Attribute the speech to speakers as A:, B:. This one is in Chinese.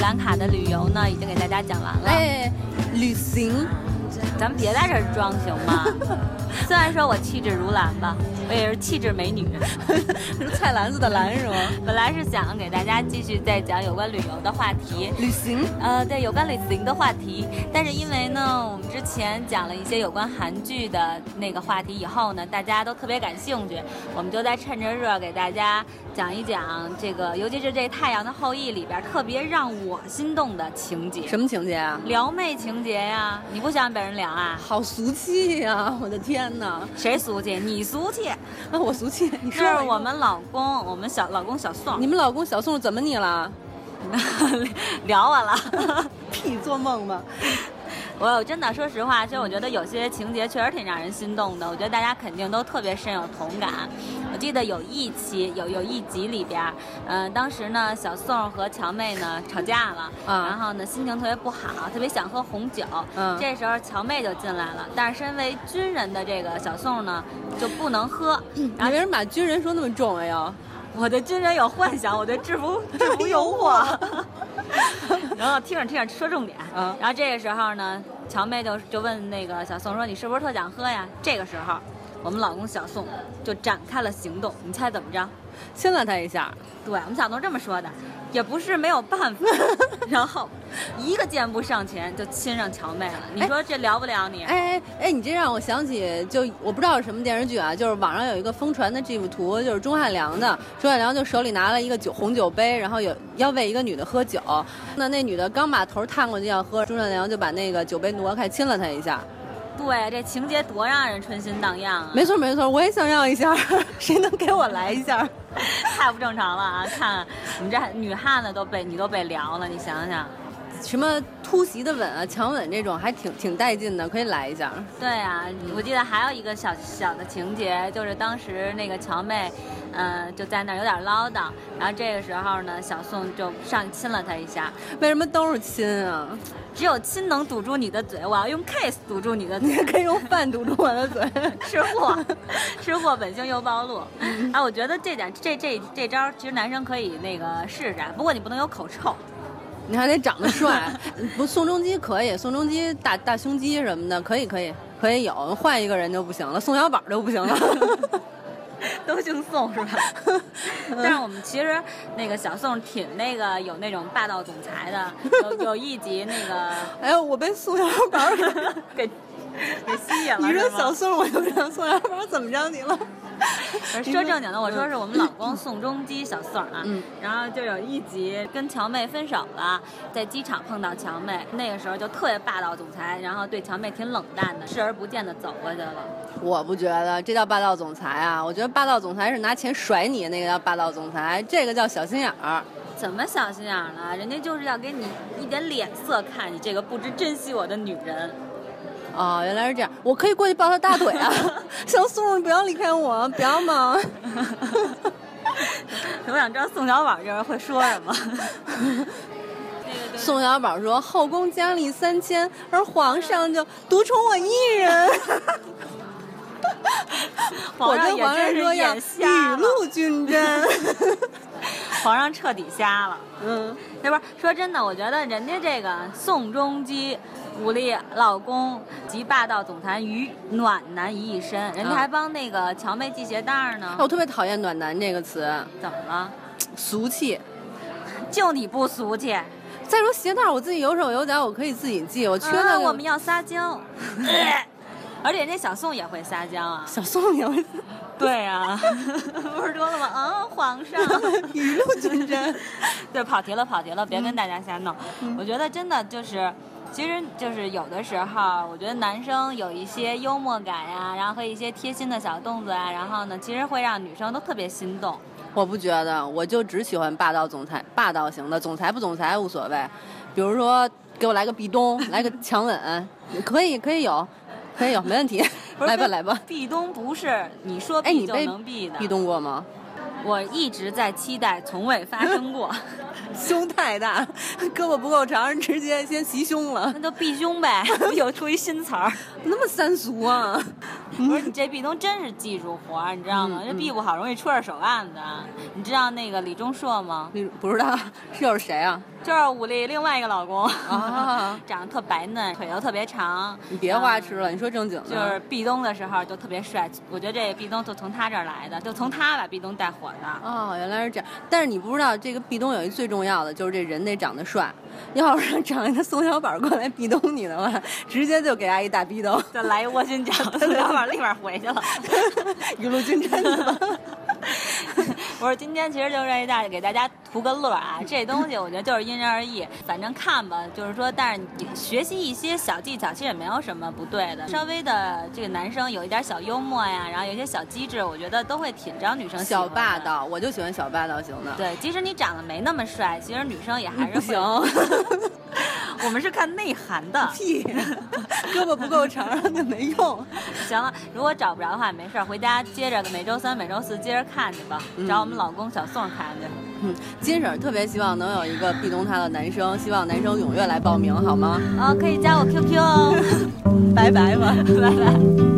A: 兰卡的旅游呢，已经给大家讲完了。
B: 哎，旅行，
A: 咱们别在这儿装行吗？虽然说我气质如兰吧，我也是气质美女。
B: 是菜篮子的篮是吗？
A: 本来是想给大家继续再讲有关旅游的话题，
B: 旅行，
A: 呃，对，有关旅行的话题。但是因为呢，我们之前讲了一些有关韩剧的那个话题以后呢，大家都特别感兴趣，我们就在趁着热给大家讲一讲这个，尤其是这《太阳的后裔》里边特别让我心动的情节，
B: 什么情节啊？
A: 撩妹情节呀、你不想被人凉啊？
B: 好俗气呀、我的天哪！
A: 谁俗气？你俗气，
B: 啊，我俗 气，你说
A: 这
B: 吧
A: 是我。们老公，我们小老公小宋，
B: 你们老公小宋怎么你了？
A: 聊我了。
B: 屁，做梦吧！
A: 我真的说实话，其实我觉得有些情节确实挺让人心动的，我觉得大家肯定都特别深有同感。我记得有一期有有一集里边儿，嗯、当时呢小宋和乔妹呢吵架了，
B: 啊
A: 然后呢心情特别不好，特别想喝红酒，
B: 嗯
A: 这时候乔妹就进来了，但是身为军人的这个小宋呢就不能喝，
B: 你为什么把军啊人说那么重啊？又，
A: 我对军人有幻想，我对制 服制服诱惑。 然后听着听着说重点，
B: 啊
A: 然后这个时候呢，乔妹就就问那个小宋说：“你是不是特想喝呀？”这个时候，我们老公小宋就展开了行动，你猜怎么着？
B: 亲了他一下，
A: 对我们小宋这么说的，也不是没有办 法，然后一个箭步上前就亲上乔妹了。你说这聊不聊你？
B: 哎哎哎，你这让我想起，就我不知道是什么电视剧啊，就是网上有一个疯传的这幅图，就是钟汉良的，钟汉良就手里拿了一个酒红酒杯，然后有要喂一个女的喝酒，那那女的刚把头探过去要喝，钟汉良就把那个酒杯挪开，亲了她一下。
A: 对，这情节多让人春心荡漾啊！
B: 没错没错，我也想要一下， 谁能给我来一下？
A: 太不正常了啊！看我们这女汉子都被你都被聊了，你想想。
B: 什么突袭的吻啊、强吻这种还挺挺带劲的，可以来一下。
A: 对啊，我记得还有一个小小的情节，就是当时那个乔妹，呃，就在那儿有点唠叨，然后这个时候呢，小宋就上亲了她一下。
B: 为什么都是亲 啊？
A: 只有亲能堵住你的嘴，我要用 kiss 堵住你的
B: 你
A: 嘴。
B: 可以用饭堵住我的嘴。
A: 吃货，吃货本性又暴露。啊，我觉得这点这这这招，其实男生可以那个试试，不过你不能有口臭。
B: 你还得长得帅，不宋仲基可以，宋仲基大大胸肌什么的可以可以可以有，换一个人就不行了，宋小宝就不行了。
A: 都姓宋是吧？但是我们其实那个小宋挺那个有那种霸道总裁的，有有一集那 个
B: 哎呦，我被宋小宝 给，
A: 给给吸引了。
B: 你说
A: 是吗
B: 小宋我就让宋小宝怎么着你了？
A: 不是说正经的，我说是我们老公宋仲基小宋啊，
B: 嗯
A: 然后就有一集跟乔妹分手了，在机场碰到乔妹，那个时候就特别霸道总裁，然后对乔妹挺冷淡的，视而不见的走过去了。
B: 我不觉得这叫霸道总裁啊，我觉得霸道总裁是拿钱甩你，那个叫霸道总裁，这个叫小心眼儿。
A: 怎么小心眼儿了？人家就是要给你一点脸色看，你这个不知珍惜我的女人。
B: 哦，原来是这样，我可以过去抱他大腿啊！ 小宋，你不要离开我，不要嘛！
A: 我想知道宋小宝这人会说什么。
B: 宋小宝说：“后宫佳丽三千，而皇上就独宠我一人。我
A: 皇上
B: 跟
A: 也
B: 皇上
A: 真是
B: 说要
A: 眼瞎
B: 雨
A: 了，
B: 露均沾。
A: 皇上彻底瞎了。”
B: 嗯，
A: 那不是说真的，我觉得人家这个宋仲基武力老公集霸道总裁与暖男于一身，
B: 嗯
A: 人家还帮那个乔妹系鞋带儿呢。
B: 我特别讨厌“暖男”这个词，
A: 怎么了？
B: 俗气。
A: 就你不俗气？
B: 再说鞋带儿，我自己有手有脚，我可以自己系，我缺那
A: 啊
B: 个。
A: 我们要撒娇。 而且人家小宋也会撒娇啊。
B: 小宋也会
A: 对啊， 不是说了吗？嗯，皇上。
B: 雨露 均沾。
A: 对，跑题了，跑题了，别
B: 嗯
A: 跟大家瞎弄。我觉得真的就是，其实就是有的时候，啊我觉得男生有一些幽默感呀、然后和一些贴心的小动作呀、然后呢，其实会让女生都特别心动。
B: 我不觉得，我就只喜欢霸道总裁、霸道型的，总裁不总裁无所谓。比如说，给我来个壁咚，来个强吻，可以，可以有，可以有，没问题。来吧，来吧。
A: 壁咚不是你说
B: 哎，
A: 避
B: 你
A: 就
B: 被
A: 能避的。
B: 壁，咚过吗？
A: 我一直在期待，从未发生 过。
B: 胸太大，胳膊不够长，直接先袭胸了
A: 那，就避胸呗，又出一新词儿。
B: 那么三俗啊！
A: 我说你这壁咚真是技术活儿，你知道吗？
B: 嗯
A: 这
B: 嗯
A: 壁不好容易出点手腕子啊。你知道那个李钟硕吗？
B: 你不知道是有谁啊？
A: 就是武力另外一个老公，
B: 啊
A: 长得特白嫩，腿又特别长。
B: 你别花痴
A: 嗯
B: 了，你说正经的。
A: 就是壁咚的时候就特别帅，我觉得这壁咚就从他这儿来的，就从他把壁咚带火 的。
B: 哦，原来是这样。但是你不知道，这个壁咚有一最重要的，就是这人得长得帅，要不然长一个宋小宝过来壁咚你的话，直接就给他一大壁咚，
A: 就来一窝心脚，从老板立马回 去了。
B: 雨露均沾的吧。
A: 我说今天其实就是让大家给大家图个乐儿啊，这东西我觉得就是因人而异，反正看吧，就是说，但是你学习一些小技巧，其实也没有什么不对的。稍微的这个男生有一点小幽默呀，然后有一些小机智，我觉得都会挺招女生喜欢
B: 小
A: 的
B: 霸。道，我就喜欢小霸道型的。
A: 对，即使你长得没那么帅，其实女生也还是
B: 不
A: 会
B: 行，
A: 我们是看内涵 的。
B: 屁，胳膊不够长，那没用。
A: 行了，如果找不着的话，没事儿，回家接着每周三、每周四接着看去吧，
B: 嗯
A: 找我们老公小宋看去。
B: 嗯，金婶儿特别希望能有一个壁咚她的男生，希望男生踊跃来报名，好吗？
A: 啊、可以加我 QQ 哦，
B: 拜拜吧。
A: 拜拜。